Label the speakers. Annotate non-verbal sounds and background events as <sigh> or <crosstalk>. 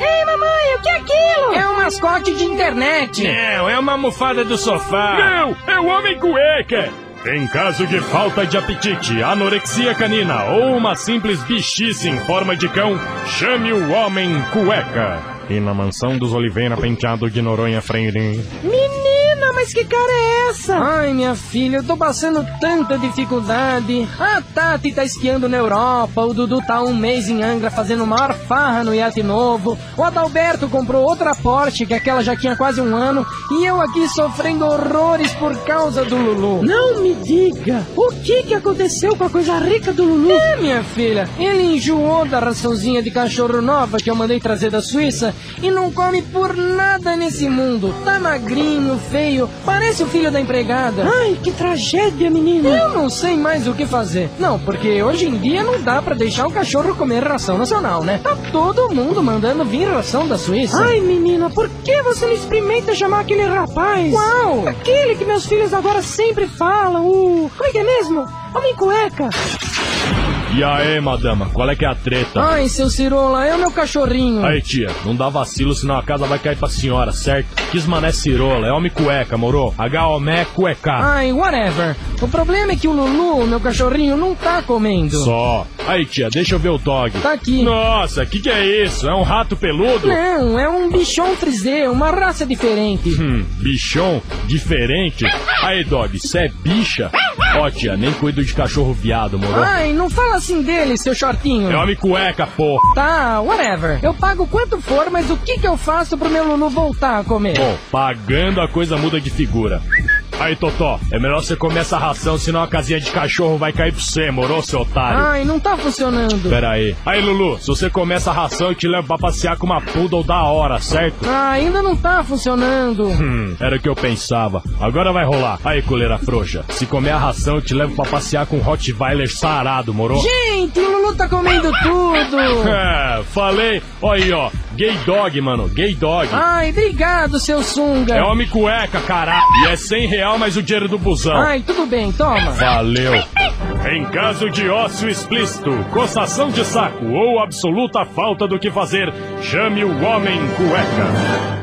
Speaker 1: Ei, mamãe, o que é aquilo?
Speaker 2: É um mascote de internet.
Speaker 3: Não, é uma almofada do sofá.
Speaker 4: Não, é o Homem Cueca.
Speaker 5: Em caso de falta de apetite, anorexia canina ou uma simples bichice em forma de cão, chame o Homem Cueca. E na mansão dos Oliveira Penteado de Noronha Freire.
Speaker 2: Menina, mas que cara é essa? Ai, minha filha, eu tô passando tanta dificuldade. A Tati tá esquiando na Europa, o Dudu tá um mês em Angra fazendo maior farra no iate novo, o Adalberto comprou outra Porsche, que é aquela já tinha quase um ano, e eu aqui sofrendo horrores por causa do Lulu.
Speaker 1: Não me diga, o que que aconteceu com a coisa rica do Lulu?
Speaker 2: É, minha filha, ele enjoou da raçãozinha de cachorro nova que eu mandei trazer da Suíça e não come por nada nesse mundo. Tá magrinho, feio, parece o filho da empregada.
Speaker 1: Ai, que tragédia, menina.
Speaker 2: Eu não sei mais o que fazer. Não, porque hoje em dia não dá para deixar o cachorro comer ração nacional, né? Tá todo mundo mandando vir ração da Suíça.
Speaker 1: Ai, menina, por que você não experimenta chamar aquele rapaz?
Speaker 2: Qual?
Speaker 1: Aquele que meus filhos agora sempre falam, o... Como é que é mesmo? Homem cueca.
Speaker 5: E aí, madama, qual é que é a treta?
Speaker 3: Ah.
Speaker 2: Ai, seu Cirola, é o meu cachorrinho.
Speaker 5: Aí, tia, não dá vacilo, senão a casa vai cair pra senhora, certo? Quismané Cirola, é homem cueca, moro? H-O-M-E cueca.
Speaker 2: Ai, whatever. O problema é que o Lulu, meu cachorrinho, não tá comendo.
Speaker 5: Só. Aí, tia, deixa eu ver o dog.
Speaker 2: Tá aqui.
Speaker 5: Nossa, que que é isso? É um rato peludo?
Speaker 2: Não, é um bichon frisê, uma raça diferente.
Speaker 5: Hum, bichon? Diferente? Aí, dog, cê é bicha? Ó, tia, nem cuido de cachorro viado, moro?
Speaker 2: Ai, não fala assim dele, seu shortinho.
Speaker 5: É homem cueca, pô.
Speaker 2: Tá, whatever. Eu pago quanto for, mas o que que eu faço pro meu Lulu voltar a comer?
Speaker 5: Bom, pagando a coisa muda de figura. Aí, Totó, é melhor você comer essa ração, senão a casinha de cachorro vai cair pra você, moro, seu otário?
Speaker 2: Ai, não tá funcionando.
Speaker 5: Pera aí. Aí, Lulu, se você comer essa ração, eu te levo pra passear com uma poodle da hora, certo?
Speaker 2: Ah, ainda não tá funcionando.
Speaker 5: Hum, era o que eu pensava. Agora vai rolar. Aí, coleira frouxa, se comer a ração, eu te levo pra passear com um Rottweiler sarado, moro?
Speaker 2: Gente, o Lulu tá comendo
Speaker 5: <laughs>
Speaker 2: tudo.
Speaker 5: é, falei. Olha aí, ó. Gay dog, mano. Gay dog.
Speaker 2: Ai, obrigado, seu sunga.
Speaker 5: É homem cueca, caralho. E é 100 reais mais o dinheiro do busão.
Speaker 2: Ai, tudo bem, toma.
Speaker 5: Valeu. Em caso de ócio explícito, coçação de saco ou absoluta falta do que fazer, chame o homem cueca.